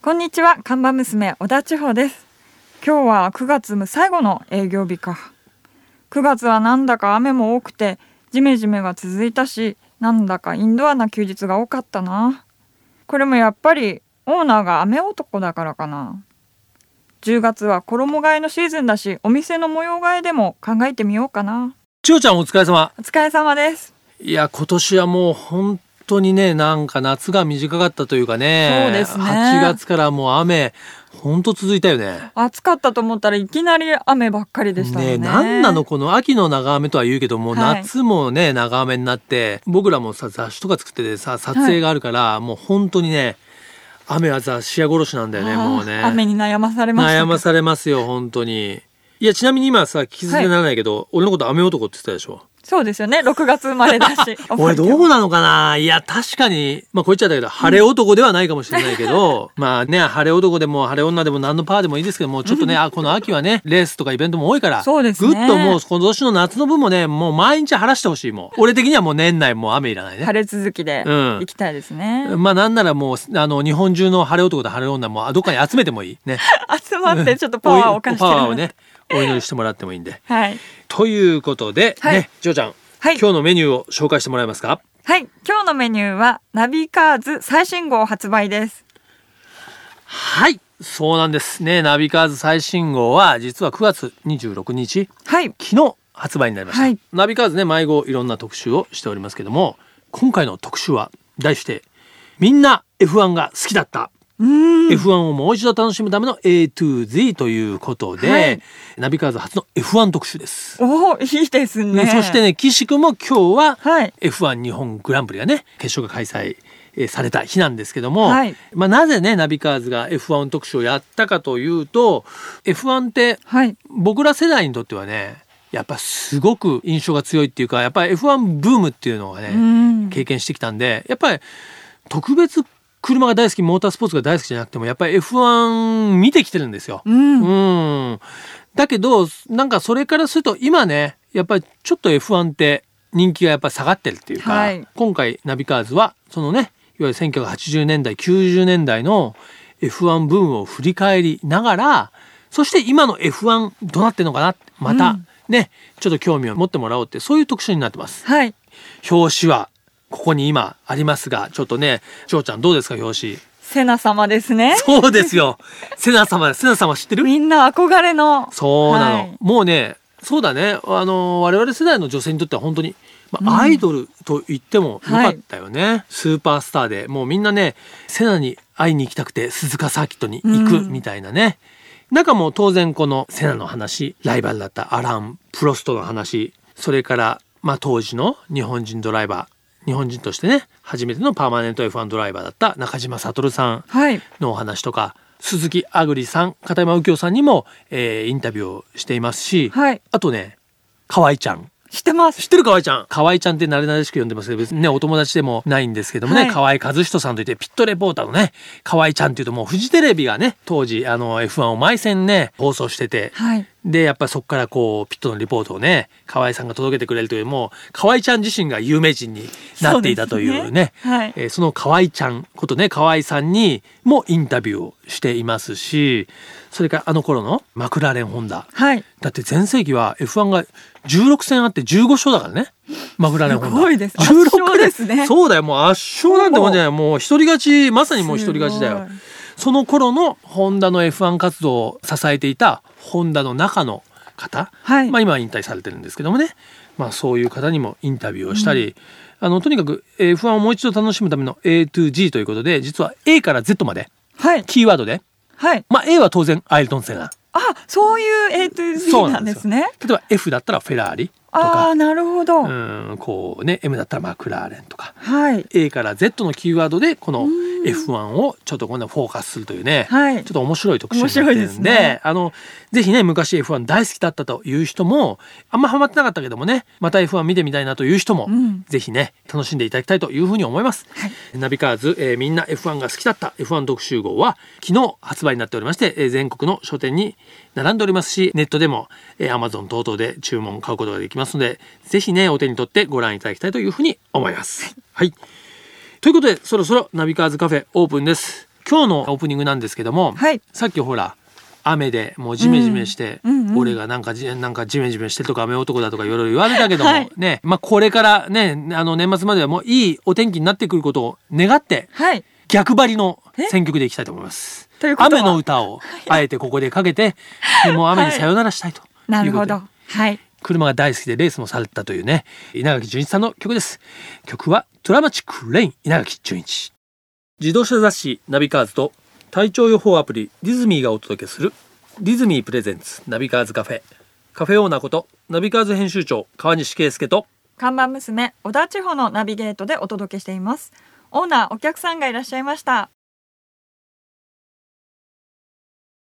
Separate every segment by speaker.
Speaker 1: こんにちは看板娘小田千穂です今日は9月も最後の営業日か9月はなんだか雨も多くてジメジメが続いたしなんだかインドアな休日が多かったなこれもやっぱりオーナーが雨男だからかな10月は衣替えのシーズンだしお店の模様替えでも考えてみようかな
Speaker 2: 千代ちゃんお疲れ様。
Speaker 1: お疲れ様です、
Speaker 2: いや、今年はもう本当にね、なんか夏が短かったというかね。
Speaker 1: そうですね
Speaker 2: 8月からもう雨、本当続いたよね。
Speaker 1: 暑かったと思ったらいきなり雨ばっかりでしたもんね
Speaker 2: なんなのこの秋の長雨とは言うけども、
Speaker 1: はい
Speaker 2: 夏もね、長雨になって、僕らもさ、雑誌とか作っててさ、撮影があるから、もう本当にね、雨は雑誌や殺しなんだよね、
Speaker 1: あー
Speaker 2: もうね。
Speaker 1: 雨に悩まされましたか
Speaker 2: 悩まされますよ、本当に。いや、ちなみに今さ、聞き捨てならないけど、俺のこと雨男って言ってたでしょ。
Speaker 1: そうですよね6月生まれだし
Speaker 2: 俺どうなのかないや、確かに、まあ、こう言っちゃったけど、晴れ男ではないかもしれないけど、 まあね、晴れ男でも晴れ女でも何のパーでもいいで すけども、ちょっとね、あ、この秋はね、レースとかイベントも多いから、
Speaker 1: そうですね
Speaker 2: ぐっともう、この年の夏の分もね、もう毎日晴らしてほしい、もう。俺的にはもう年内もう雨いらないね。
Speaker 1: 晴れ続きで
Speaker 2: うん
Speaker 1: 行きたいですね、
Speaker 2: まあなんならもう、あの、日本中の晴れ男と晴れ女も、あどっかに集めてもいい。 ね。
Speaker 1: 集まってちょっとパワーを貸して
Speaker 2: お
Speaker 1: も
Speaker 2: パワ
Speaker 1: らっ
Speaker 2: ーを
Speaker 1: て
Speaker 2: ね、お祈りしてもらってもいいんで。
Speaker 1: はい
Speaker 2: ということで、
Speaker 1: はい
Speaker 2: ね、ジョーちゃん、
Speaker 1: はい
Speaker 2: 今日のメニューを紹介してもらえますか
Speaker 1: はい今日のメニューはナビカーズ最新号発売です
Speaker 2: はい。そうなんですね。ナビカーズ最新号は、実は9月26日、
Speaker 1: はい
Speaker 2: 昨日発売になりました。
Speaker 1: はい
Speaker 2: ナビカーズね、毎号いろんな特集をしておりますけども、今回の特集は、題して、みんな F1 が好きだった。
Speaker 1: うーん
Speaker 2: F1 をもう一度楽しむための A to Z ということで、
Speaker 1: はい
Speaker 2: ナビカーズ初の F1 特集です。
Speaker 1: おーいいですね
Speaker 2: そしてね、岸君も今日は、
Speaker 1: はい
Speaker 2: F1 日本グランプリがね決勝が開催えーされた日なんですけども、
Speaker 1: はい
Speaker 2: まあ、なぜねナビカーズが F1 特集をやったかというと F1 って
Speaker 1: はい
Speaker 2: 僕ら世代にとってはねやっぱすごく印象が強いっていうかやっぱり F1 ブームっていうのが
Speaker 1: うー
Speaker 2: ね
Speaker 1: ん
Speaker 2: 経験してきたんでやっぱり特別車が大好きモータースポーツが大好きじゃなくてもやっぱり F1 見てきてるんですよ。
Speaker 1: うん
Speaker 2: うん。だけど、なんかそれからすると今ね、やっぱりちょっと F1 って人気がやっぱり下がってるっていうか、
Speaker 1: はい
Speaker 2: 今回ナビカーズは、そのね、いわゆる1980年代、90年代の F1 ブームを振り返りながら、そして今の F1 どうなってんのかなま
Speaker 1: う
Speaker 2: た
Speaker 1: ん
Speaker 2: ね、ちょっと興味を持ってもらおうって、そういう特集になってます。
Speaker 1: はい
Speaker 2: 表紙は、ここに今ありますが、ちょっとね、翔ちゃんどうですか、表 紙。
Speaker 1: セナ様ですね
Speaker 2: そうですよ。セナ様です、セナ様知ってる
Speaker 1: みんな憧れの
Speaker 2: そうなの、
Speaker 1: はい
Speaker 2: もうねそうだねあの我々世代の女性にとっては本当に、まあアイドルと言ってもよかったよね、スーパースターでもうみんなねセナに会いに行きたくて鈴鹿サーキットに行く
Speaker 1: うん
Speaker 2: みたいなね、中も当然このセナの話ライバルだったアラン・プロストの話それから、まあ、当時の日本人ドライバー日本人としてね初めてのパーマネント F1 ドライバーだった中島悟さん
Speaker 1: はい
Speaker 2: のお話とか鈴木あぐりさん片山右京さんにも、えーインタビューをしていますし、
Speaker 1: はい
Speaker 2: あとね河合ちゃん
Speaker 1: 知ってます
Speaker 2: 知ってる河合ちゃん河合ちゃんって慣れ慣れしく呼んでますけど別にねお友達でもないんですけどもね、
Speaker 1: はい
Speaker 2: 河合和人さんといってピットレポーターのね河合ちゃんっていうともうフジテレビがね当時あの F1 を毎戦ね放送してて。
Speaker 1: はい
Speaker 2: でやっぱそこからこうピットのリポートをね河合さんが届けてくれるというもう河合ちゃん自身が有名人になっていたという
Speaker 1: そです
Speaker 2: ね
Speaker 1: はい
Speaker 2: えーその河合ちゃんことね河合さんにもインタビューをしていますしそれからあの頃のマクラーレン・ホンダ
Speaker 1: はい
Speaker 2: だって全盛期は F1 が16戦あって15勝だからねマクラーレン・ホンダ
Speaker 1: すごいです
Speaker 2: 16
Speaker 1: 圧勝ですね
Speaker 2: そうだよもう圧勝なんてもんじゃないもう一人勝ちまさにもう一人勝ちだ
Speaker 1: すご
Speaker 2: よ
Speaker 1: い
Speaker 2: その頃のホンダの F1 活動を支えていたホンダの中の方、
Speaker 1: はい
Speaker 2: まあ、今は引退されてるんですけどもね、まあ、そういう方にもインタビューをしたり、あのとにかく F1 をもう一度楽しむための A to G ということで実は A から Z まで
Speaker 1: はい
Speaker 2: キーワードで、
Speaker 1: はい
Speaker 2: まあ、A は当然アイルトン・セナ
Speaker 1: あそういう A to Z
Speaker 2: そう
Speaker 1: な
Speaker 2: なんん
Speaker 1: で
Speaker 2: ですす
Speaker 1: ね
Speaker 2: 例えば F だったらフェラーリと
Speaker 1: あ
Speaker 2: か
Speaker 1: あなるほど、
Speaker 2: うんこうね M だったらマクラーレンとか
Speaker 1: はい。
Speaker 2: A から Z のキーワードでこの F1 をちょっと今度はフォーカスするというね、
Speaker 1: はい
Speaker 2: ちょっと面白い特集になってるん
Speaker 1: 面
Speaker 2: で
Speaker 1: 白いですね
Speaker 2: あのぜひね昔 F1 大好きだったという人もあんまハマってなかったけどもねまた F1 見てみたいなという人も、
Speaker 1: うん
Speaker 2: ぜひね楽しんでいただきたいというふうに思います、ナビカーズ、えーみんな F1 が好きだった F1 特集号は昨日発売になっておりまして、えー全国の書店に並んでおりますしネットでも、えー Amazon 等々で注文買うことができますのでぜひねお手に取ってご覧いただきたいというふうに思いますはいということでそろそろナビカーズカフェオープンです今日のオープニングなんですけども、
Speaker 1: はい
Speaker 2: さっきほら雨でもうジメジメして、
Speaker 1: うんうんうん
Speaker 2: 俺がなんかじなんかジメジメしてるとか雨男だとかいろいろ言われたけども、
Speaker 1: はい
Speaker 2: ねまあ、これからねあの年末まではもういいお天気になってくることを願って
Speaker 1: はい
Speaker 2: 逆張りの
Speaker 1: え
Speaker 2: 選曲でいきたいと思います。
Speaker 1: ということは
Speaker 2: 雨の歌をあえてここでかけて、でもう雨にさよならしたいということで、
Speaker 1: なるほどはい
Speaker 2: 車が大好きでレースもされたというね稲垣潤一さんの曲です曲はトラマチックレイン稲垣潤一自動車雑誌ナビカーズと体調予報アプリディズミーがお届けするディズミープレゼンツナビカーズカフェカフェオーナーことナビカーズ編集長川西圭介と
Speaker 1: 看板娘小田地方のナビゲートでお届けしていますオーナーお客さんがいらっしゃいました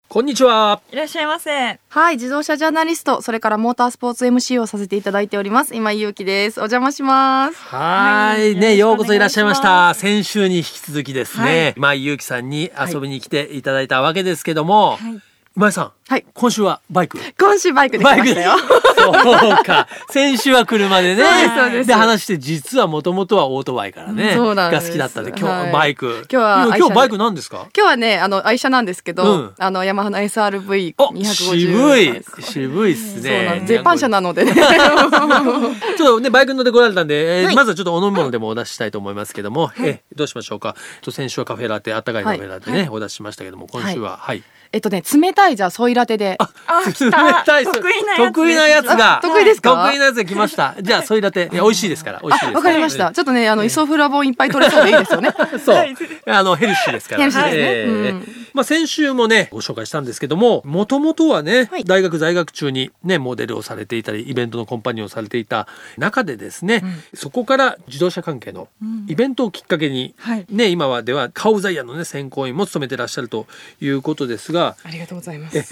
Speaker 2: こんにちはい
Speaker 1: らっしゃいませ
Speaker 3: はい、自動車ジャーナリスト、それからモータースポーツ MC をさせていただいております。今井ゆうきです。お邪魔します。
Speaker 2: は
Speaker 1: ーい
Speaker 2: いねよ
Speaker 1: よろ
Speaker 2: うこ
Speaker 1: しくお願いします
Speaker 2: そいらっしゃいました先週に引き続きです
Speaker 1: は
Speaker 2: ね
Speaker 1: い、
Speaker 2: 今井ゆうきさんに遊びに来ていただいたわけですけども、
Speaker 1: はい
Speaker 2: 今井さん
Speaker 3: はい、
Speaker 2: 今週はバイク
Speaker 3: 今週バイクで来
Speaker 2: バイ
Speaker 3: ま
Speaker 2: ク
Speaker 3: し
Speaker 2: で
Speaker 3: たよ。
Speaker 2: そうか。先週は車でね。
Speaker 3: そうですそうです
Speaker 2: 話して、実はもともとはオートバイからね。
Speaker 3: そうなんです
Speaker 2: が好きだったんで、今日
Speaker 3: は
Speaker 2: はいバイク。
Speaker 3: 今日はい
Speaker 2: や
Speaker 3: 愛車
Speaker 2: 今日
Speaker 3: で
Speaker 2: バイクなんですか
Speaker 3: 今日はね、あの愛車なんですけど、
Speaker 2: うん
Speaker 3: あのヤマハの SRV
Speaker 2: あ、
Speaker 3: 250
Speaker 2: 渋い
Speaker 3: そ。
Speaker 2: 渋いっすね。
Speaker 3: うなんです。絶版車なの でね。
Speaker 2: ちょっとね、バイクに乗ってこられたんで、えー
Speaker 3: はい
Speaker 2: まずはちょっとお飲み物でもお出ししたいと思いますけども、えーどうしましょうか。ちょっと先週はカフェラテ、あったかいカフェラテね、
Speaker 3: はい
Speaker 2: お出ししましたけども、今週は、はい。
Speaker 3: えっとね、冷たいじゃあソイラテで。
Speaker 1: あ
Speaker 2: 冷たいっす
Speaker 1: 得意なやつです
Speaker 2: 得意なやつが。
Speaker 3: あ得意ですか
Speaker 2: 得意なやつが来ました。 じゃあ、それだて、いや美味しいですから。美味しいですら。
Speaker 3: わかりました。ちょっとね、あのイソフラボンいっぱい取れ そうでいいですよね。
Speaker 2: そう
Speaker 1: はい。
Speaker 2: あの、ヘルシーですから。
Speaker 3: ヘルシーですね
Speaker 2: えー
Speaker 3: うん
Speaker 2: まあ、先週もね、ご紹介したんですけども、もともとはね、
Speaker 3: はい
Speaker 2: 大学在学中にね、モデルをされていたり、イベントのコンパニオンをされていた中でですね、そこから自動車関係の
Speaker 1: うん
Speaker 2: イベントをきっかけに、
Speaker 1: はい
Speaker 2: ね、今はでは、カオザイヤのね、選考員も務めてらっしゃるということですが、
Speaker 3: ありがとうございま
Speaker 2: え。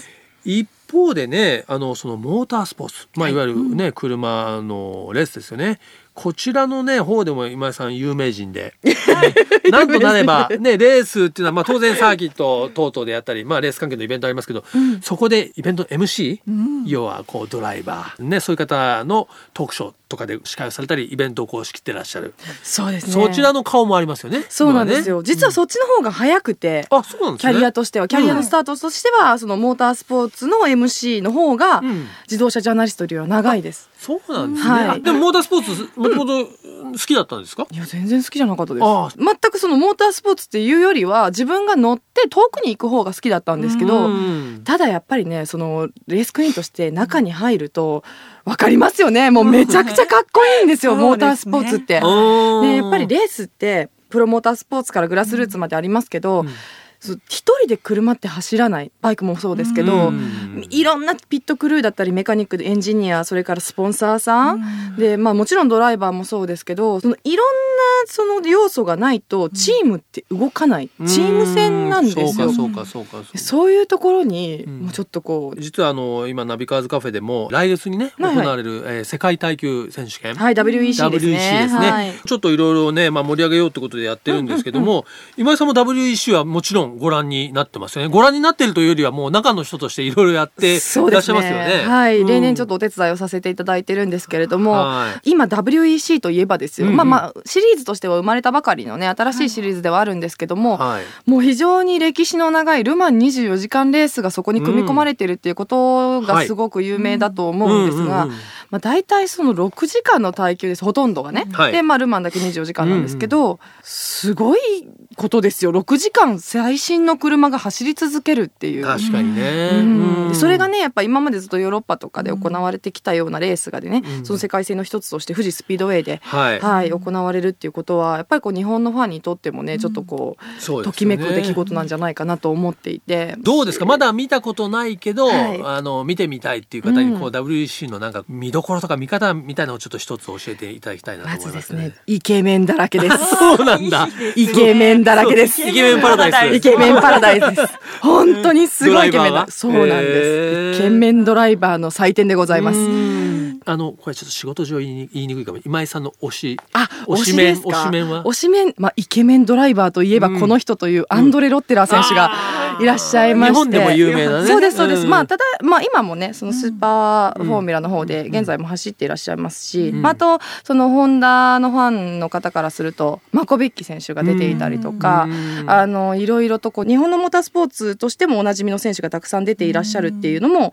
Speaker 2: 一方でねあのそのモータースポーツ、まあ、いわゆるね、車のレースですよねこちらのね方でも今井さん有名人 で、なんとなれば、ね、レースっていうのは、まあ、当然サーキット等々であったり、まあ、レース関係のイベントありますけど、そこでイベントの MC、
Speaker 1: ん
Speaker 2: 要はこうドライバー、ね、そういう方のトークショーとかで司会をされたりイベントをこう仕切ってらっしゃる、
Speaker 3: そうですね。
Speaker 2: そちらの顔もありますよね。
Speaker 3: そうなんですよ。
Speaker 2: 今ね
Speaker 3: 実はそっちの方が早くて。
Speaker 2: あそうなんです
Speaker 3: キ
Speaker 2: ね
Speaker 3: ャリアとしては、キャリアのスタートとしては、そのモータースポーツの MC の方が
Speaker 2: うん、
Speaker 3: 自動車ジャーナリストよりは長いです。
Speaker 2: そうなんですね。
Speaker 3: はい
Speaker 2: あでもモータースポーツもともと好きだったんですか。
Speaker 3: いや、全然好きじゃなかったです
Speaker 2: ああ。
Speaker 3: 全くそのモータースポーツっていうよりは、自分が乗って遠くに行く方が好きだったんですけ
Speaker 2: う
Speaker 3: ど、
Speaker 2: ん
Speaker 3: ただやっぱりね、そのレースクイーンとして中に入ると、わかりますよね。もうめちゃくちゃかっこいいんですよ、
Speaker 1: そ
Speaker 3: モ
Speaker 1: う
Speaker 3: ー
Speaker 1: ですね
Speaker 3: タースポーツって。ね、やっぱりレースって、プロモータースポーツからグラスルーツまでありますけど、そう一人で車って走らない。バイクもそうですけど、
Speaker 2: うん
Speaker 3: いろんなピットクルーだったりメカニックエンジニアそれからスポンサーさん、 でまあ、もちろんドライバーもそうですけどそのいろんなその要素がないとチームって動かない、チーム戦なんです
Speaker 2: う
Speaker 3: よ。
Speaker 2: そうかそうかそうか。
Speaker 3: そういうところに、
Speaker 2: うん
Speaker 3: もうちょっとこう、
Speaker 2: 実はあの今ナビカーズカフェでも来月にね行
Speaker 3: はいはい
Speaker 2: われる、えー世界耐久選手権。
Speaker 3: はい、WEC です
Speaker 2: WEC
Speaker 3: ね。
Speaker 2: ですね、
Speaker 3: はい
Speaker 2: ちょっといろいろね、まあ、盛り上げようってことでやってるんですけども、今井さんも WEC はもちろんご覧になってますよねご覧になってるというよりはもう中の人としていろいろやっていらっしゃ
Speaker 3: そう
Speaker 2: い
Speaker 3: で
Speaker 2: ます
Speaker 3: す
Speaker 2: よ
Speaker 3: ね。
Speaker 2: ね。
Speaker 3: はい、
Speaker 2: うん
Speaker 3: 例年ちょっとお手伝いをさせていただいてるんですけれども、
Speaker 2: はい
Speaker 3: 今 WEC といえばですよ、
Speaker 2: うんうん
Speaker 3: まあまあシリーズとしては生まれたばかりのね新しいシリーズではあるんですけども、
Speaker 2: はい
Speaker 3: もう非常に歴史の長いル・マン24時間レースがそこに組み込まれているっていうこと
Speaker 2: うんは
Speaker 3: が
Speaker 2: い
Speaker 3: すごく有名だと思うんですが、
Speaker 2: うんうんうん
Speaker 3: まあ、大体その6時間の耐久ですほとんどがね、
Speaker 2: はい
Speaker 3: で、まあ、ル・マンだけ24時間なんですけど、すごいことですよ6時間最新の車が走り続けるっていう。
Speaker 2: 確かにね、
Speaker 3: うん
Speaker 2: うん
Speaker 3: それがねやっぱ今までずっとヨーロッパとかで行われてきたようなレースがでね、
Speaker 2: うん
Speaker 3: その世界戦の一つとして富士スピードウェイで、
Speaker 2: はい、
Speaker 3: はい、行われるっていうことはやっぱりこう日本のファンにとってもねちょっとこう、
Speaker 2: そう
Speaker 3: と
Speaker 2: です
Speaker 3: き
Speaker 2: よね
Speaker 3: めく出来事なんじゃないかなと思っていて。
Speaker 2: どうですかまだ見たことないけど、
Speaker 3: はい
Speaker 2: あの見てみたいっていう方にこう、
Speaker 3: うん
Speaker 2: WEC のなんか見どころとか見方みたいなのをちょっと一つ教えていただきたいな
Speaker 3: ま
Speaker 2: と
Speaker 3: ず
Speaker 2: 思い
Speaker 3: で
Speaker 2: ますすね
Speaker 3: ね。、イケメンだらけ です。
Speaker 2: そうなんだ。
Speaker 3: イケメンだらけです。
Speaker 2: イケメンパラダイス
Speaker 3: イケメンパラダイスです。本当にすごいイケ
Speaker 2: ドラ
Speaker 3: メン
Speaker 2: イバー
Speaker 3: だ。
Speaker 2: が
Speaker 3: そうなん
Speaker 2: へー
Speaker 3: です。イケメンドライバーの祭典でございます。
Speaker 2: うんあのこれちょっと仕事上言いに言いにくいかも今井さんの推し
Speaker 3: あ、
Speaker 2: 推しメン推しメンは
Speaker 3: 推しメン、まあイケメンドライバーといえば
Speaker 2: うん
Speaker 3: この人というアンドレ・ロッテラー選手が
Speaker 2: あ
Speaker 3: いらっしゃいまして
Speaker 2: 日本でも有名なね
Speaker 3: そうですそうです、
Speaker 2: ん
Speaker 3: まあただまあ今もねそのスーパーフォーミュラの方で現在も走っていらっしゃいますし、
Speaker 2: うん
Speaker 3: まあ、あとそのホンダのファンの方からするとマコビッキ選手が出ていたりとか、
Speaker 2: うん
Speaker 3: あのいろいろとこう日本のモータースポーツとしてもおなじみの選手がたくさん出ていらっしゃるっていうのも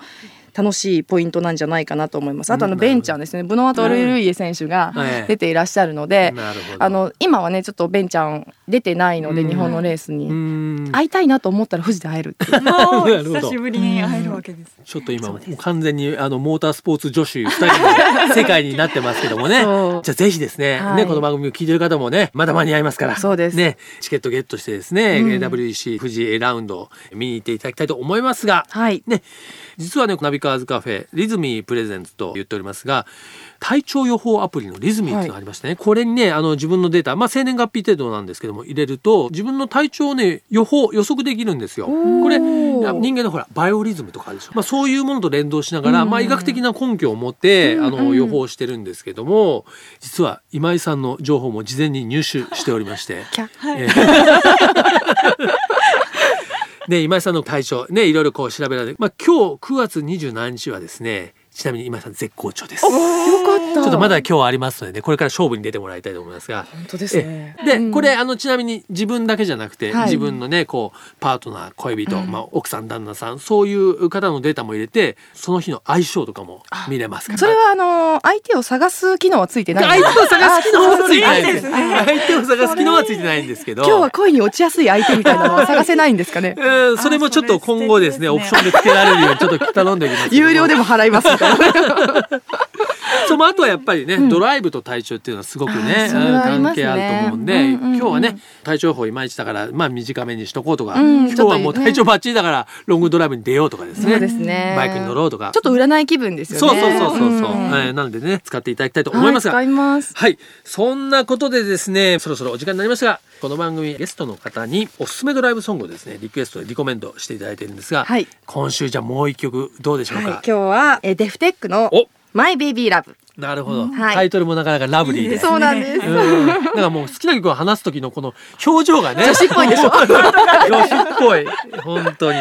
Speaker 3: 楽しいポイントなんじゃないかなと思います。あとあの
Speaker 2: うんなるほど
Speaker 3: ベンチャーですね、ブノワトルルイエ選手が
Speaker 2: ええ
Speaker 3: 出ていらっしゃるので、
Speaker 2: なるほど
Speaker 3: あの今はねちょっとベンチャー出てないので、
Speaker 2: うん
Speaker 3: 日本のレース
Speaker 2: う
Speaker 3: に
Speaker 2: ん
Speaker 3: 会いたいなと思ったら富士で会えるっていう。
Speaker 1: もう
Speaker 2: なるほど
Speaker 1: 久しぶりに会えるわけです。
Speaker 2: ちょっと今もう完全にあのモータースポーツ女子2人の世界になってますけどもね
Speaker 3: そう
Speaker 2: じゃあぜひですね,、
Speaker 3: はい
Speaker 2: ねこの番組を聞いてる方もねまだ間に合いますから
Speaker 3: そうです
Speaker 2: ね、チケットゲットしてですね、
Speaker 3: うん
Speaker 2: WEC 富士ラウンド見に行っていただきたいと思いますが、
Speaker 3: はい、
Speaker 2: ね、実はねナビカーズカフェリズミープレゼンツと言っておりますが体調予報アプリのリズミーっていうのがありましてね、これにねあの自分のデータ、まあ、生年月日程度なんですけども入れると自分の体調をね予報予測できるんですよ。これ
Speaker 3: おー
Speaker 2: 人間のほらバイオリズムとかあるでしょ、まあ、そういうものと連動しながら、
Speaker 3: うん
Speaker 2: まあ、医学的な根拠を持って、
Speaker 3: うん
Speaker 2: あ
Speaker 3: う
Speaker 2: の
Speaker 3: ん
Speaker 2: 予報してるんですけども実は今井さんの情報も事前に入手しておりま して。
Speaker 3: キャ
Speaker 1: はい。
Speaker 2: ええ ね、今井さんの体調ねいろいろこう調べられて、まあ、今日9月27日はですねちなみに今井さん絶好調です。ちょ
Speaker 3: よかった。
Speaker 2: っとまだ今日はありますのでねこれから勝負に出てもらいたいと思いますが。
Speaker 3: 本当ですね。
Speaker 2: で、
Speaker 3: うん
Speaker 2: これあのちなみに自分だけじゃなくて、
Speaker 3: はい
Speaker 2: 自分のねこうパートナー恋人、
Speaker 3: うん
Speaker 2: まあ、奥さん旦那さんそういう方のデータも入れてその日の相性とかも見れますから。
Speaker 3: それはあの相手を探す機能はついてない。
Speaker 2: 相手を探す機能はついてないん
Speaker 3: あそ
Speaker 2: で
Speaker 3: うですすね
Speaker 2: 相手を探す機能はついてないんですけど。
Speaker 3: 今日は恋に落ちやすい相手みたいなのは探せないんですかね
Speaker 2: えーそれもちょっと今後ですね
Speaker 1: あ
Speaker 2: オ
Speaker 1: ーそれ
Speaker 2: プ
Speaker 1: 素
Speaker 2: ションで付けられるようにちょっと頼んでおきますけども
Speaker 3: 有料でも払いますみた いな。
Speaker 2: そうまああとはやっぱりね、ドライブと体調っていうのはすごく
Speaker 3: あ
Speaker 2: ね
Speaker 3: ーそれはあり
Speaker 2: 関
Speaker 3: ます
Speaker 2: 係
Speaker 3: ね
Speaker 2: あると思うんで、
Speaker 3: うんうんうん
Speaker 2: 今日はね体調予報いまいちだからまあ短めにしとこうとか、
Speaker 3: うん
Speaker 2: 今
Speaker 3: ち
Speaker 2: 日
Speaker 3: ょっと
Speaker 2: はい
Speaker 3: いね
Speaker 2: もう体調バッチリだからロングドライブに出ようとかですね
Speaker 3: そうですね。
Speaker 2: バイクに乗ろうとか
Speaker 3: ちょっと占い気分ですよね。
Speaker 2: そうそうそうそうそう、
Speaker 3: ん
Speaker 2: えーなのでね使っていただきたいと思いますが
Speaker 3: は使います。
Speaker 2: はい。そんなことでですね、そろそろお時間になりましたが、この番組ゲストの方におすすめドライブソングをですね、リクエストでリコメンドしていただいてるんですが、
Speaker 3: はい
Speaker 2: 今週じゃあもう一曲どうでしょ
Speaker 3: は
Speaker 2: う
Speaker 3: い、
Speaker 2: か。
Speaker 3: 今日はえーデフテックの
Speaker 2: お
Speaker 3: マイベイビーラブ。
Speaker 2: なるほど、
Speaker 3: はい
Speaker 2: タイトルもなかなかラブリーで。
Speaker 1: いいですね
Speaker 3: そうなんです。
Speaker 2: うんなんかもう好きな曲を話す時のこの表情がね。 女
Speaker 3: 子っぽいでしょ
Speaker 2: 女子っぽい。本当に。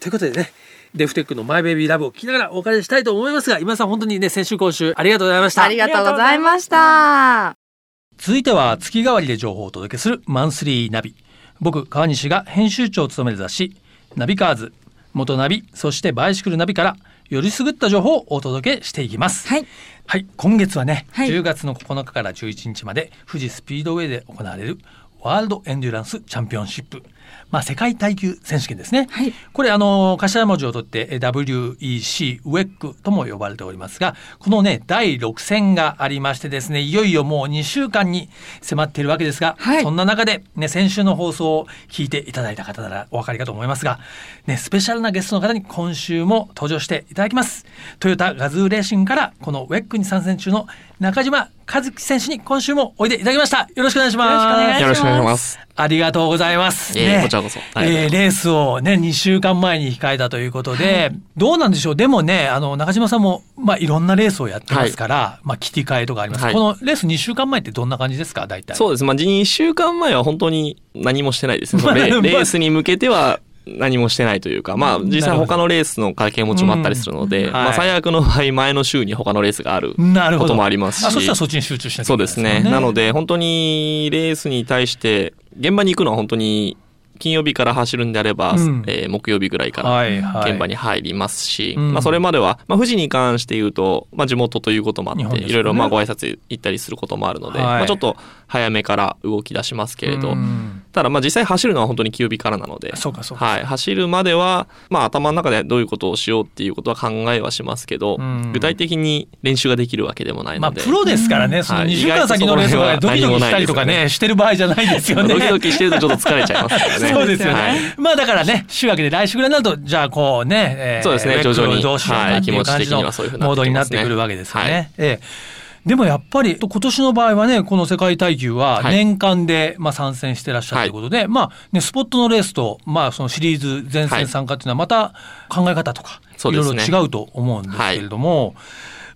Speaker 2: ということでね、デフテックのマイベイビーラブを聞きながらお別れしたいと思いますが、今井さん本当にね、先週今週ありがとうございました
Speaker 3: あり。がとうございました。
Speaker 2: 続いては月替わりで情報をお届けするマンスリーナビ僕川西が編集長を務める雑誌「ナビカーズ」元ナビそしてバイシクルナビからよりすぐった情報をお届けしていきます
Speaker 1: はい、
Speaker 2: はい今月はね、
Speaker 1: はい
Speaker 2: 10月の9日から11日まで富士スピードウェイで行われるワールドエンデュランスチャンピオンシップ、まあ、世界耐久選手権ですね、
Speaker 1: はい
Speaker 2: これあの頭文字を取って WEC ウェックとも呼ばれておりますがこのね第6戦がありましてですねいよいよもう2週間に迫っているわけですが、
Speaker 1: はい
Speaker 2: そんな中で、ね、先週の放送を聞いていただいた方ならお分かりかと思いますが、ね、スペシャルなゲストの方に今週も登場していただきますトヨタガズーレーシングからこのウェックに参戦中の中島和樹選手に今週もおいでいただきましたよろしくお願いします
Speaker 1: よろしくお願いします
Speaker 4: よろしくお願いします。
Speaker 2: ありがとうございます。
Speaker 4: いえいえこちらこそありがとうござい
Speaker 2: えー
Speaker 4: ます
Speaker 2: レースをね、2週間前に控えたということで、どうなんでしょう。でもね、あの、中島さんも、まあ、いろんなレースをやってますから、まあ、切り替えとかあります。
Speaker 4: はい
Speaker 2: このレース2週間前ってどんな感じですか、大体。
Speaker 4: そうです。まあ、1週間前は本当に何もしてな いですね。そのレ
Speaker 2: まあ
Speaker 4: レースに向けては何もしてないというか、まあ、実際他のレースの関係もちもあったりするので、
Speaker 2: ん
Speaker 4: ま
Speaker 2: はい
Speaker 4: あ、最悪の場合、前の週に他のレースがある
Speaker 2: なるほ
Speaker 4: こ
Speaker 2: ど。
Speaker 4: ともありますし。
Speaker 2: あ、そしたらそっちに集中しなきゃ
Speaker 4: そ
Speaker 2: いうけな
Speaker 4: で
Speaker 2: い
Speaker 4: す
Speaker 2: もん
Speaker 4: ね。なので、本当にレースに対して、現場に行くのは本当に金曜日から走るんであれば、
Speaker 2: うん
Speaker 4: えー木曜日ぐらいから
Speaker 2: はい、はい。
Speaker 4: 現場に入りますし、
Speaker 2: うん
Speaker 4: まあ、それまでは、まあ、富士に関して言うと、まあ、地元ということもあ
Speaker 2: 日
Speaker 4: っ
Speaker 2: 本
Speaker 4: て、
Speaker 2: ですよね
Speaker 4: いろいろまあご挨拶行ったりすることもあるので、
Speaker 2: はい
Speaker 4: まあ、ちょっと早めから動き出しますけれど、
Speaker 2: うん
Speaker 4: ただまあ実際走るのは本当に休日からなので、
Speaker 2: そうか、そうか。
Speaker 4: はい、走るまでは、まあ、頭の中でどういうことをしようっていうことは考えはしますけど、
Speaker 2: うん
Speaker 4: 具体的に練習ができるわけでもない
Speaker 2: まあ、
Speaker 4: ので。
Speaker 2: プロですからね、その
Speaker 4: はい
Speaker 2: 2週間先のレースはドキドキしたりとか
Speaker 4: 意外とそこら辺は何もない
Speaker 2: ね、
Speaker 4: で
Speaker 2: してる場合じゃないですよね。
Speaker 4: ドキドキしてるとちょっと疲れちゃいますから ね。
Speaker 2: そうですよね。
Speaker 4: はい
Speaker 2: まあだからね、週明けで来週ぐらいになると、じゃあこうね、え
Speaker 4: そうですね
Speaker 2: ウェック
Speaker 4: 徐々に
Speaker 2: どうしようかっていう
Speaker 4: はい気持ち
Speaker 2: 感
Speaker 4: 的
Speaker 2: じの
Speaker 4: に
Speaker 2: モ
Speaker 4: はそういうふうになって
Speaker 2: ード
Speaker 4: きますね
Speaker 2: になってくるわけですよね。ええでもやっぱり、今年の場合はね、この世界耐久は
Speaker 4: はい
Speaker 2: 年間で、まあ、参戦してらっしゃるということで、まあ、ね、スポットのレースと、まあ、そのシリーズ前線参加っていうのはまた考え方とか、
Speaker 4: そう
Speaker 2: い
Speaker 4: で
Speaker 2: ろ
Speaker 4: す
Speaker 2: い
Speaker 4: ね
Speaker 2: ろ違うと思うんですけれども、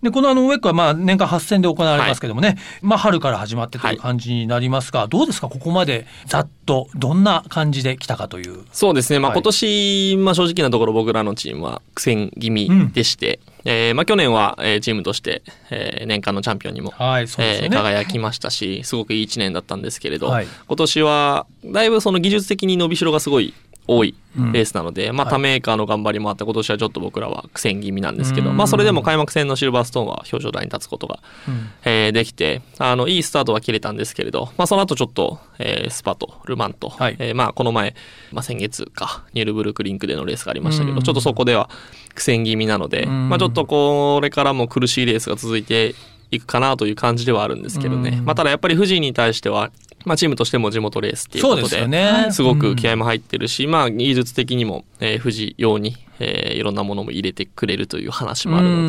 Speaker 2: でこのあのウェックはまあ年間8000で行われますけどもね、まあ春から始まってと
Speaker 4: はいいう
Speaker 2: 感じになりますが、どうですかここまでざっとどんな感じで来たかという。
Speaker 4: そうですね、まあ、
Speaker 2: はい
Speaker 4: 今年、まあ、正直なところ僕らのチームは苦戦気味でして、えーまあ、去年は、えーチームとして、えー年間のチャンピオンにも、
Speaker 2: はい、そうです
Speaker 4: え
Speaker 2: よ
Speaker 4: ー
Speaker 2: ね。
Speaker 4: 輝きましたし、すごくいい1年だったんですけれど、
Speaker 2: はい
Speaker 4: 今年はだいぶその技術的に伸びしろがすごい多い
Speaker 2: うん
Speaker 4: レースなので、まあ、
Speaker 2: はい
Speaker 4: 他メーカーの頑張りもあって今年はちょっと僕らは苦戦気味なんですけ
Speaker 2: う
Speaker 4: ど、
Speaker 2: ん
Speaker 4: まあ、それでも開幕戦のシルバーストーンは表彰台に立つことが、
Speaker 2: うん
Speaker 4: えーできてあのいいスタートは切れたんですけれど、まあ、その後ちょっと、えースパとル・マンと、
Speaker 2: はい
Speaker 4: えーまあ、この前、まあ、先月かニュルブルクリンクでのレースがありましたけ
Speaker 2: うん
Speaker 4: どちょっとそこでは苦戦気味なので、
Speaker 2: うん
Speaker 4: まあ、ちょっとこれからも苦しいレースが続いていくかなという感じではあるんですけどね、
Speaker 2: うん
Speaker 4: まあ、ただやっぱり富士に対しては、まあ、チームとしても地元レースっていう
Speaker 2: そ
Speaker 4: こ
Speaker 2: うで
Speaker 4: と
Speaker 2: す
Speaker 4: で
Speaker 2: よね。
Speaker 4: すごく気
Speaker 2: 合
Speaker 4: 合も入ってるし、まあ、技術的にも、えー富士用に、えーいろんなものも入れてくれるという話もあるの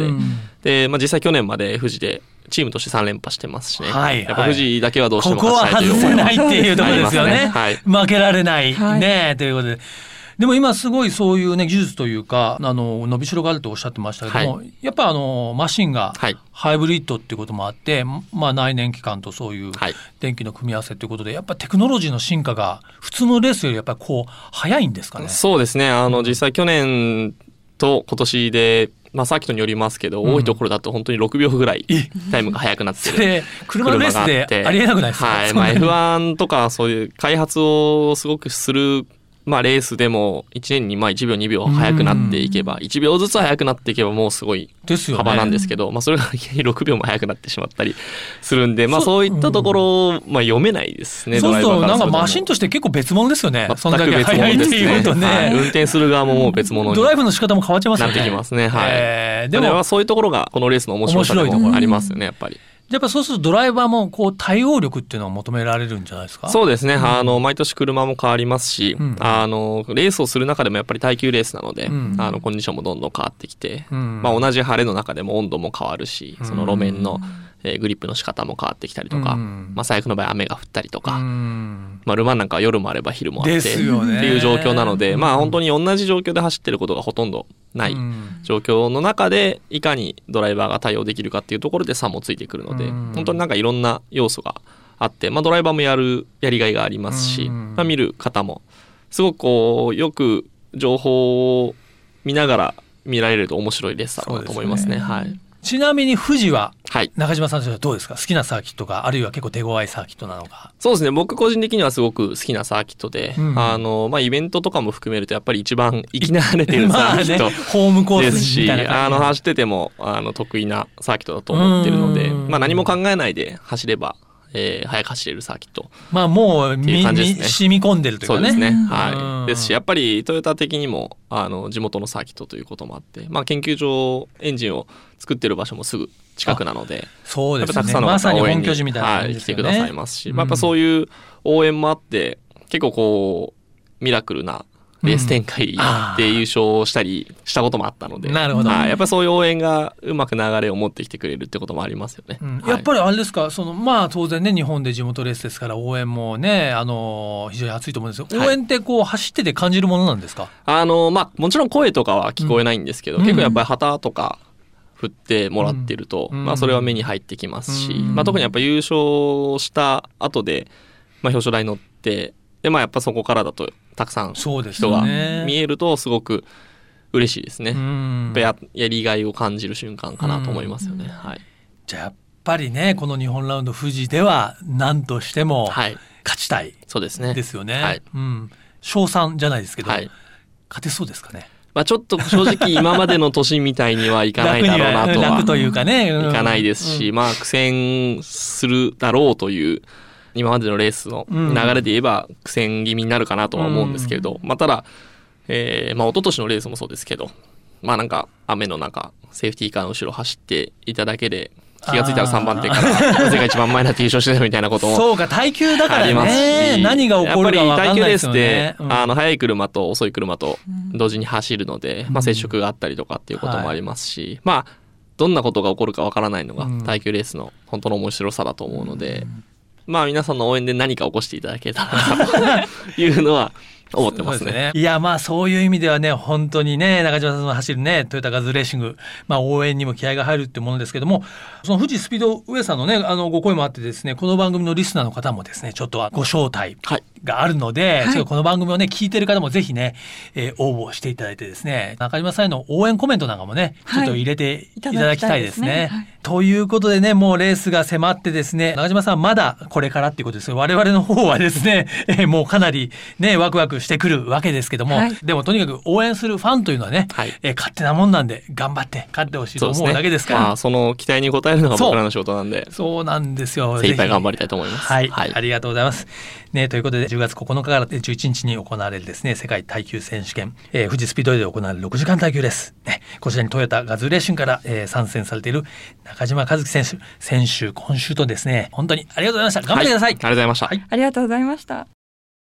Speaker 4: で。で、まあ、実際去年まで富士でチームとして3連覇してますしね、
Speaker 2: はい
Speaker 4: やっぱ富士だけはどうし
Speaker 2: こ
Speaker 4: ても
Speaker 2: こは
Speaker 4: 勝ち
Speaker 2: 外
Speaker 4: たいと
Speaker 2: せな
Speaker 4: いう思いはい
Speaker 2: っていうところですよね。
Speaker 4: はい
Speaker 2: 負けられない、
Speaker 1: はい
Speaker 2: ねということで。でも今すごいそういうね技術というかあの伸びしろがあるとおっしゃってましたけども、やっぱあのマシンが
Speaker 4: はい
Speaker 2: ハイブリッドっていうこともあって、まあ内燃機関とそういう
Speaker 4: はい
Speaker 2: 電気の組み合わせということでやっぱテクノロジーの進化が普通のレースよりやっぱりこう早いんですかね。
Speaker 4: そうですねあの実際去年と今年で、まあ、サーキットによりますけど、
Speaker 2: うん
Speaker 4: 多いところだと本当に6秒ぐらい
Speaker 2: え
Speaker 4: タイムが速くなって
Speaker 2: そ
Speaker 4: る。
Speaker 2: れ車のレース
Speaker 4: があ
Speaker 2: で
Speaker 4: って
Speaker 2: ありえなくないですか。
Speaker 4: はい。
Speaker 2: そん
Speaker 4: まあ
Speaker 2: なに
Speaker 4: F1 とかそういう開発をすごくする、まあレースでも1年にまあ1秒2秒速くなっていけば、1秒ずつ速くなっていけばもうすごい
Speaker 2: ですよね。
Speaker 4: 幅なんですけど、まあそれがいきなり6秒も早くなってしまったりするんで、まあそういったところ、まあ読めないですね、
Speaker 2: そうする
Speaker 4: ド
Speaker 2: と
Speaker 4: ラ
Speaker 2: なん
Speaker 4: イバーからす
Speaker 2: か
Speaker 4: ると
Speaker 2: マシンとして結構別物ですよね。そんだ
Speaker 4: 全
Speaker 2: け
Speaker 4: く別物
Speaker 2: 速いっていうとね。
Speaker 4: はい運転する側ももう別物に。
Speaker 2: ドライブの仕方も変わっちゃいますよね。
Speaker 4: なってきますねはい
Speaker 2: えーでも、
Speaker 4: でも、それ
Speaker 2: や
Speaker 4: はそういうところがこのレースの面白さで
Speaker 2: 面白いところ
Speaker 4: もありますよね、やっぱり。
Speaker 2: っぱそうするとドライバーもこう対応力っていうのを求められるんじゃないですか。う。
Speaker 4: そうですね、あの毎年車も変わりますし、
Speaker 2: うん
Speaker 4: あのレースをする中でもやっぱり耐久レースなので、
Speaker 2: うん
Speaker 4: あのコンディションもどんどん変わってきて、
Speaker 2: うん
Speaker 4: まあ、同じ晴れの中でも温度も変わるしその路面の、えーグリップの仕方も変わってきたりとか、
Speaker 2: うん
Speaker 4: まあ、最悪の場合雨が降ったりとか、
Speaker 2: ん。
Speaker 4: まあ、ル・マンなんかは夜もあれば昼もあって
Speaker 2: で
Speaker 4: って
Speaker 2: すよね。
Speaker 4: いう状況なので、まあ、本当
Speaker 2: に
Speaker 4: に同じ状況で走ってることがほとんどない。状況の中でいかにドライバーが対応できるかっていうところで差もついてくるので、
Speaker 2: うん
Speaker 4: 本当になんかいろんな要素があって、まあ、ドライバーもやるやりがいがありますし、
Speaker 2: うん
Speaker 4: まあ、見る方もすごくこうよく情報を見ながら見られると面白いレースだろうなと思いますね。
Speaker 2: そう
Speaker 4: はい、
Speaker 2: ちなみに富士は、
Speaker 4: はい
Speaker 2: 中島さんとしてはどうですか好きなサーキットか、あるいは結構手強いサーキットなのか。
Speaker 4: そうですね僕個人的にはすごく好きなサーキットで、
Speaker 2: うん
Speaker 4: あのまあ、イベントとかも含めるとやっぱり一番生き慣れてるサーキット、
Speaker 2: まあねホームコー
Speaker 4: です
Speaker 2: スみ
Speaker 4: し、
Speaker 2: たいな
Speaker 4: あ
Speaker 2: 感じ
Speaker 4: の走っててもあの得意なサーキットだと思ってるので、
Speaker 2: うん
Speaker 4: まあ何も考えないで走れば、えー、速く走れるサーキット。
Speaker 2: まあもう、
Speaker 4: てい
Speaker 2: 身
Speaker 4: う感じで
Speaker 2: に
Speaker 4: すね
Speaker 2: 染み込んでるという
Speaker 4: そう
Speaker 2: か
Speaker 4: で
Speaker 2: ね。
Speaker 4: すね。
Speaker 2: うん
Speaker 4: はい。ですし、やっぱりトヨタ的にもあの地元のサーキットということもあって、まあ研究所エンジンを作ってる場所もすぐ近くなので、
Speaker 2: そう
Speaker 4: や
Speaker 2: で
Speaker 4: っ
Speaker 2: す
Speaker 4: ぱたく
Speaker 2: ね。
Speaker 4: さんの
Speaker 2: まさ
Speaker 4: 方
Speaker 2: に
Speaker 4: 応援
Speaker 2: 本
Speaker 4: に、
Speaker 2: 拠地みたいな
Speaker 4: は
Speaker 2: 感じ
Speaker 4: い、
Speaker 2: で
Speaker 4: 来
Speaker 2: す
Speaker 4: て
Speaker 2: よ
Speaker 4: く
Speaker 2: ね。
Speaker 4: ださいますし、まあ、や
Speaker 2: うん
Speaker 4: っぱそういう応援もあって、結構こう、ミラクルなレース展開
Speaker 2: んあー
Speaker 4: で優勝したりしたこともあったので、
Speaker 2: なるほど
Speaker 4: はいやっぱりそういう応援がうまく流れを持ってきてくれるってこともありますよね。
Speaker 2: うん
Speaker 4: はい
Speaker 2: やっぱりあれですか、そのまあ当然ね、日本で地元レースですから、応援もね、あの非常に熱いと思うんですけど、
Speaker 4: はい
Speaker 2: 応援ってこう、走ってて感じるものなんですか、
Speaker 4: あの、まあ、もちろん声とかは聞こえないんですけど、
Speaker 2: うん
Speaker 4: 結構やっぱり旗とか振ってもらってると、
Speaker 2: うん
Speaker 4: まあ、それは目に入ってきますし、
Speaker 2: うん
Speaker 4: まあ、特にやっぱ優勝した後で、まあ、表彰台に乗って、で、まあ、やっぱそこからだと、たくさん
Speaker 2: そうです
Speaker 4: 人
Speaker 2: よ
Speaker 4: が
Speaker 2: ね。
Speaker 4: 見えるとすごく嬉しいですね。
Speaker 2: う
Speaker 4: や
Speaker 2: ん
Speaker 4: っぱややりがいを感じる瞬間かなと思いますよね。はい。
Speaker 2: じゃあやっぱりね、この日本ラウンド、富士では、なんとしても
Speaker 4: はい。
Speaker 2: 勝ちたい
Speaker 4: そうですね。
Speaker 2: ですよね。
Speaker 4: はい
Speaker 2: うん、賞賛じゃないですけど、
Speaker 4: はい。
Speaker 2: 勝てそうですかね。
Speaker 4: まあちょっと正直今までの年みたいにはいかないだろうなと
Speaker 2: 楽には楽と
Speaker 4: は。
Speaker 2: いうかね、うん
Speaker 4: いかないですし、まあ苦戦するだろうという、今までのレースの流れで言えば苦戦気味になるかなとは思うんですけれど、まあただ、えー、まあ一昨年のレースもそうですけど、まあなんか雨の中、セーフティーカーの後ろ走っていただけで、気がついたら3番 手から、世界一番前になって優勝してたみたいなことも
Speaker 2: そうか、耐久だか
Speaker 4: あ
Speaker 2: ら
Speaker 4: ります
Speaker 2: ね、
Speaker 4: し、
Speaker 2: 何が起こるか分かんないですよ
Speaker 4: や
Speaker 2: ね
Speaker 4: っ。ぱり耐久レースって、
Speaker 2: うん
Speaker 4: あの、速い車と遅い車と同時に走るので、まあ、接触があったりとかっていうこともありますし、まあ、どんなことが起こるか分からないのが
Speaker 2: うん
Speaker 4: 耐久レースの本当の面白さだと思うので、まあ皆さんの応援で何か起こしていただけたらなというのは思ってます
Speaker 2: そうで
Speaker 4: ね。
Speaker 2: いや、まあそういう意味ではね、本当にね、中島さんの走るね、トヨタガズレーシング、まあ応援にも気合が入るってものですけども、その富士スピードウェイさんのね、あの、ご声もあってですね、この番組のリスナーの方もですね、ちょっとはご招待
Speaker 4: はい
Speaker 2: があるので、
Speaker 1: はい
Speaker 2: ちょっとこの番組をね、聞いてる方もぜひね、えー応募していただいてですね、中島さんへの応援コメントなんかもね、ちょっと入れていただきたいですね。
Speaker 1: はいいただきたいですねはい
Speaker 2: ということでね、もうレースが迫ってですね、中島さんまだこれからっていうことですね。我々の方はですね、 えーもうかなりね、ワクワクしてくるわけですけども、
Speaker 1: はい
Speaker 2: でもとにかく応援するファンというのはね、
Speaker 4: はい
Speaker 2: えー勝手なもんなんで、頑張って勝ってほしいと思うだけですから。
Speaker 4: まあ、その期待に応えるのが僕らの仕事なんで、
Speaker 2: そうなんですよ。
Speaker 4: 精一杯
Speaker 2: ぜひ
Speaker 4: 頑張りたいと思います
Speaker 2: はい、
Speaker 4: はい
Speaker 2: ありがとうございます。ね、ということで、10月9日から11日に行われるですね、世界耐久選手権、えー富士スピードウェイで行われる6時間耐久です。ね、こちらにトヨタガズレーシンから、えー参戦されている中島和樹選手、先週、今週とですね、本当にありがとうございました。頑張ってください。
Speaker 4: ありがとうございました。
Speaker 2: はい
Speaker 1: ありがとうございました。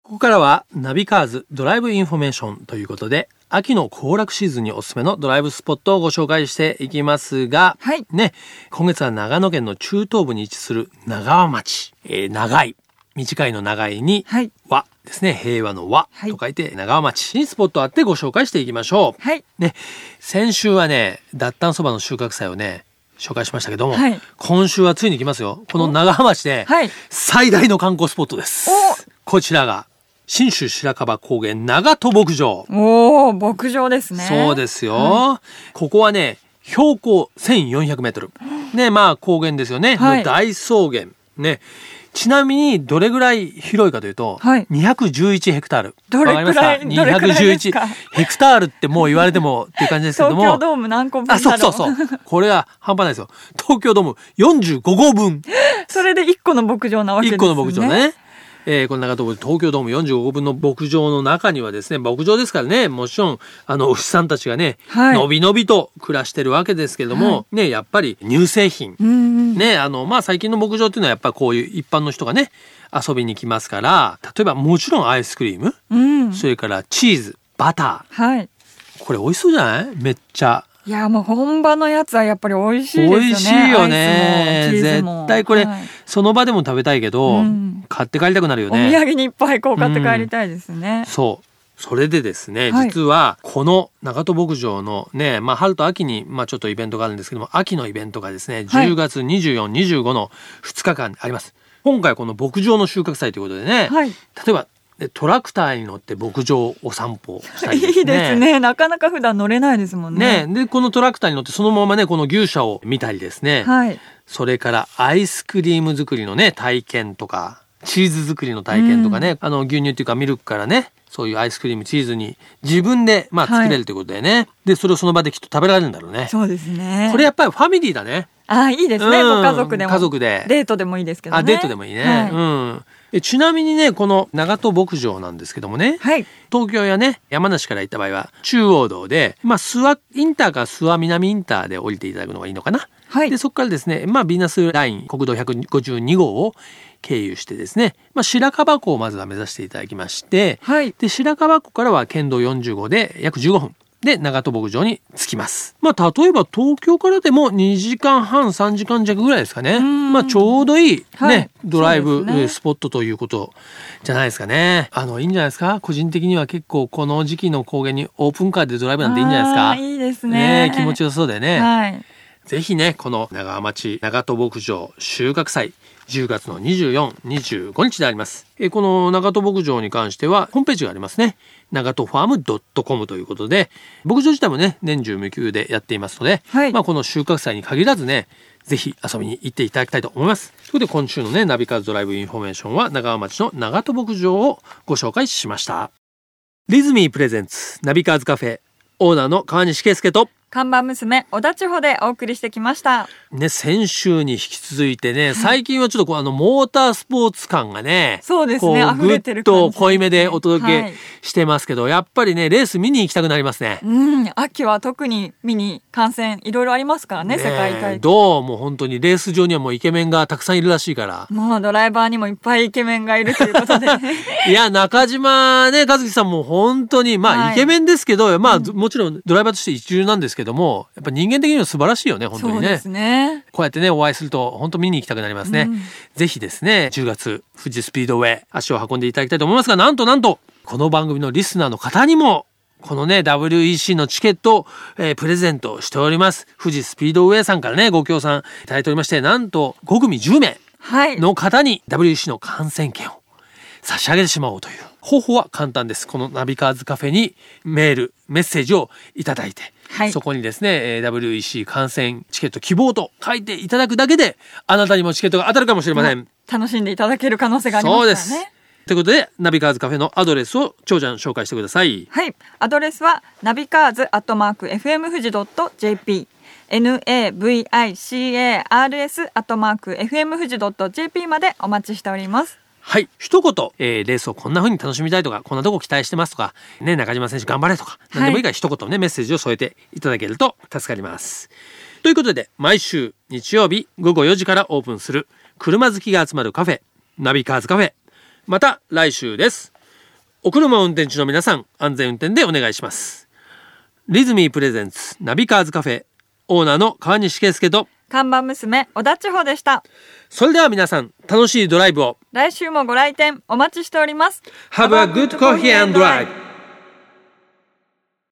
Speaker 2: ここからはナビカーズドライブインフォメーションということで秋の行楽シーズンにおすすめのドライブスポットをご紹介していきますが、
Speaker 1: はい
Speaker 2: ね、今月は長野県の中東部に位置する長和町、えー長い短いの長いに
Speaker 1: はい。
Speaker 2: 和ですね平和の和
Speaker 1: はい
Speaker 2: と書いて長和町にスポットあってご紹介していきましょう。
Speaker 1: はい。
Speaker 2: ね、先週はね脱炭そばの収穫祭をね紹介しましたけども、
Speaker 1: はい
Speaker 2: 今週はついに来ますよこの長浜町で
Speaker 1: はい
Speaker 2: 最大の観光スポットです、
Speaker 1: お
Speaker 2: こちらが信州白樺高原長戸牧場、
Speaker 1: おお、牧場ですね。。
Speaker 2: そうですすよ、ここはね標高1400メート ルねまあ高原ですよね、
Speaker 1: はい
Speaker 2: の大草原ねちなみにどれぐらい広いかというと、
Speaker 1: はい
Speaker 2: 211ヘクタール
Speaker 1: どれくらい
Speaker 2: わかりますか
Speaker 1: どれくらいですか
Speaker 2: 211ヘクタールってもう言われてもっていう感じですけ
Speaker 1: 東
Speaker 2: ども
Speaker 1: 京ドーム何個分だろ。
Speaker 2: あ、そうそうそうう。これは半端ないですよ。東京ドーム45号分。
Speaker 1: それで一個の牧場なわけです
Speaker 2: 1
Speaker 1: ね。
Speaker 2: 個の牧場。ね。えーこの中東東京ドーム45号分の牧場の中にはですね、牧場ですからね、もちろん、あの、牛さんたちがね、
Speaker 1: はい
Speaker 2: のびのびと暮らしてるわけですけれども、ね、やっぱり乳製品、
Speaker 1: うんうん。
Speaker 2: ね、あの、まあ、最近の牧場っていうのはやっぱこういう一般の人がね、遊びに来ますから、例えばもちろんアイスクリーム、
Speaker 1: うん。
Speaker 2: それからチーズ、バタ
Speaker 1: はい。
Speaker 2: ー。これ美味しそうじゃないめっちゃ。
Speaker 1: いやもう本場のやつはやっぱり美味しいですよね。
Speaker 2: 美味しいよね
Speaker 1: アイスもチーズも
Speaker 2: 絶対これ、
Speaker 1: はい
Speaker 2: その場でも食べたいけど、
Speaker 1: うん
Speaker 2: 買って帰りたくなるよ
Speaker 1: お土
Speaker 2: ね
Speaker 1: 産にいっぱいこう買って帰りたいですね。
Speaker 2: そうそれでですね、
Speaker 1: はい
Speaker 2: 実はこの長戸牧場のね、まあ、春と秋に、まあ、ちょっとイベントがあるんですけども秋のイベントがですね
Speaker 1: はい
Speaker 2: 10月2425の2日間あります、今回この牧場の収穫祭ということでね、
Speaker 1: はい。
Speaker 2: 例えばねトラクターに乗って牧場をお散歩した り
Speaker 1: いいですね。なかなか普段乗れないですもん
Speaker 2: ね
Speaker 1: ね。
Speaker 2: でこのトラクターに乗ってそのままねこの牛舎を見たりですね、
Speaker 1: はい。
Speaker 2: それからアイスクリーム作りのね体験とかチーズ作りの体験とかね、あの牛乳っていうかミルクからねそういうアイスクリームチーズに自分でまあ
Speaker 1: はい
Speaker 2: 作れるということでね、でそれをその場できっと食べられるんだろうね。
Speaker 1: そうですね。
Speaker 2: これやっぱりファミリーだね。
Speaker 1: あいいですね。
Speaker 2: うん
Speaker 1: ご家族でも。
Speaker 2: 家族で
Speaker 1: デートでもいいですけどね。
Speaker 2: あデートでもいいね。
Speaker 1: はい。
Speaker 2: うんえ。ちなみにねこの長戸牧場なんですけどもね、
Speaker 1: はい
Speaker 2: 東京やね山梨から行った場合は中央道で、まあ、諏訪インターか諏訪南インターで降りていただくのがいいのかな。
Speaker 1: はい
Speaker 2: でそこからですね、まあ、ビーナスライン国道152号を経由してですね、まあ、白樺湖をまずは目指していただきまして
Speaker 1: はい。
Speaker 2: で白樺湖からは県道45で約15分で長戸牧場に着きます、まあ、例えば東京からでも2時間半3時間弱ぐらいですかね、
Speaker 1: ん
Speaker 2: まあ、ちょうどいい、ね
Speaker 1: はい
Speaker 2: ドライ
Speaker 1: そ
Speaker 2: ブ
Speaker 1: うですね
Speaker 2: スポットということじゃないですかねあのいいんじゃないですか個人的には結構この時期の高原にオープンカーでドライブなんていいんじゃ
Speaker 1: あ
Speaker 2: ない
Speaker 1: ー
Speaker 2: ですか
Speaker 1: いいです
Speaker 2: ね
Speaker 1: ね。
Speaker 2: 気持ちよさそうだよね。
Speaker 1: はい。
Speaker 2: ぜひね、この長浜町長戸牧場収穫祭、10月の24、25日であります。えーこの長戸牧場に関しては、ホームページがありますね。長戸ファーム .com ということで、牧場自体もね、年中無休でやっていますので、
Speaker 1: はい
Speaker 2: まあこの収穫祭に限らずね、ぜひ遊びに行っていただきたいと思います。ということで、今週のね、ナビカーズドライブインフォメーションは、長浜町の長戸牧場をご紹介しました。リズミープレゼンツ、ナビカーズカフェ、オーナーの川西圭介と、
Speaker 1: 看板娘小田千穂でお送りしてきました。
Speaker 2: ね、先週に引き続いてね、最近はちょっとこうあのモータースポーツ感がね、
Speaker 1: そうですね。
Speaker 2: こう
Speaker 1: 溢
Speaker 2: ぐ
Speaker 1: れ
Speaker 2: って
Speaker 1: る感
Speaker 2: と
Speaker 1: じ。
Speaker 2: 濃いめでお届
Speaker 1: は
Speaker 2: け
Speaker 1: い
Speaker 2: してますけど、やっぱりね、レース見に行きたくなりますね。
Speaker 1: うん、秋は特に見に観戦いろいろありますからね、世界
Speaker 2: ね
Speaker 1: 大
Speaker 2: え
Speaker 1: 会。
Speaker 2: どうも本当にレース場にはもうイケメンがたくさんいるらしいから。
Speaker 1: もうドライバーにもいっぱいイケメンがいるということ で。
Speaker 2: いや、中島ね、和樹さんも本当に、まあ、
Speaker 1: はい
Speaker 2: イケメンですけど、まあ、もちろんドライバーとして一流なんですけども、やっぱ人間的には素晴らしいよね、本当
Speaker 1: そ
Speaker 2: に
Speaker 1: う
Speaker 2: ね
Speaker 1: で。すね。
Speaker 2: こうやってね、お会いすると、本当見に行きたくなりますね。
Speaker 1: うん
Speaker 2: ぜひですね、10月、富士スピードウェイ、足を運んでいただきたいと思いますが、なんとなんと、この番組のリスナーの方にもこのね WEC のチケットを、えープレゼントしております富士スピードウェイさんからねご協賛いただいておりましてなんと5組10名
Speaker 1: はい。
Speaker 2: の方に WEC の観戦券を差し上げてしまおうという方法は簡単ですこのナビカーズカフェにメールメッセージをいただいて、
Speaker 1: はい
Speaker 2: そこにですねえー WEC 観戦チケット希望と書いていただくだけであなたにもチケットが当たるかもしれません、
Speaker 1: 楽しんでいただける可能性があります
Speaker 2: そ
Speaker 1: か
Speaker 2: う
Speaker 1: ら
Speaker 2: で
Speaker 1: ね。
Speaker 2: すということでナビカーズカフェのアドレスを長ちゃん紹介してください
Speaker 1: はい、アドレスはナビカーズアットマーク FM 富士ドット JP N A V I C A R S アットマーク FM 富士ドット JP までお待ちしております。
Speaker 2: はい一言、えーレースをこんな風に楽しみたいとかこんなとこ期待してますとか、ね、中島選手頑張れとか何でもいいから一言ねメッセージを添えていただけると助かります。ということで毎週日曜日午後4時からオープンする車好きが集まるカフェナビカーズカフェまた来週です。お車を運転中の皆さん安全運転でお願いします。リズミープレゼンツナビカーズカフェオーナーの川西圭介と
Speaker 1: 看板娘小田千穂でした。
Speaker 2: それでは皆さん楽しいドライブを
Speaker 1: 来週もご来店お待ちしております。
Speaker 2: Have a good coffee and drive!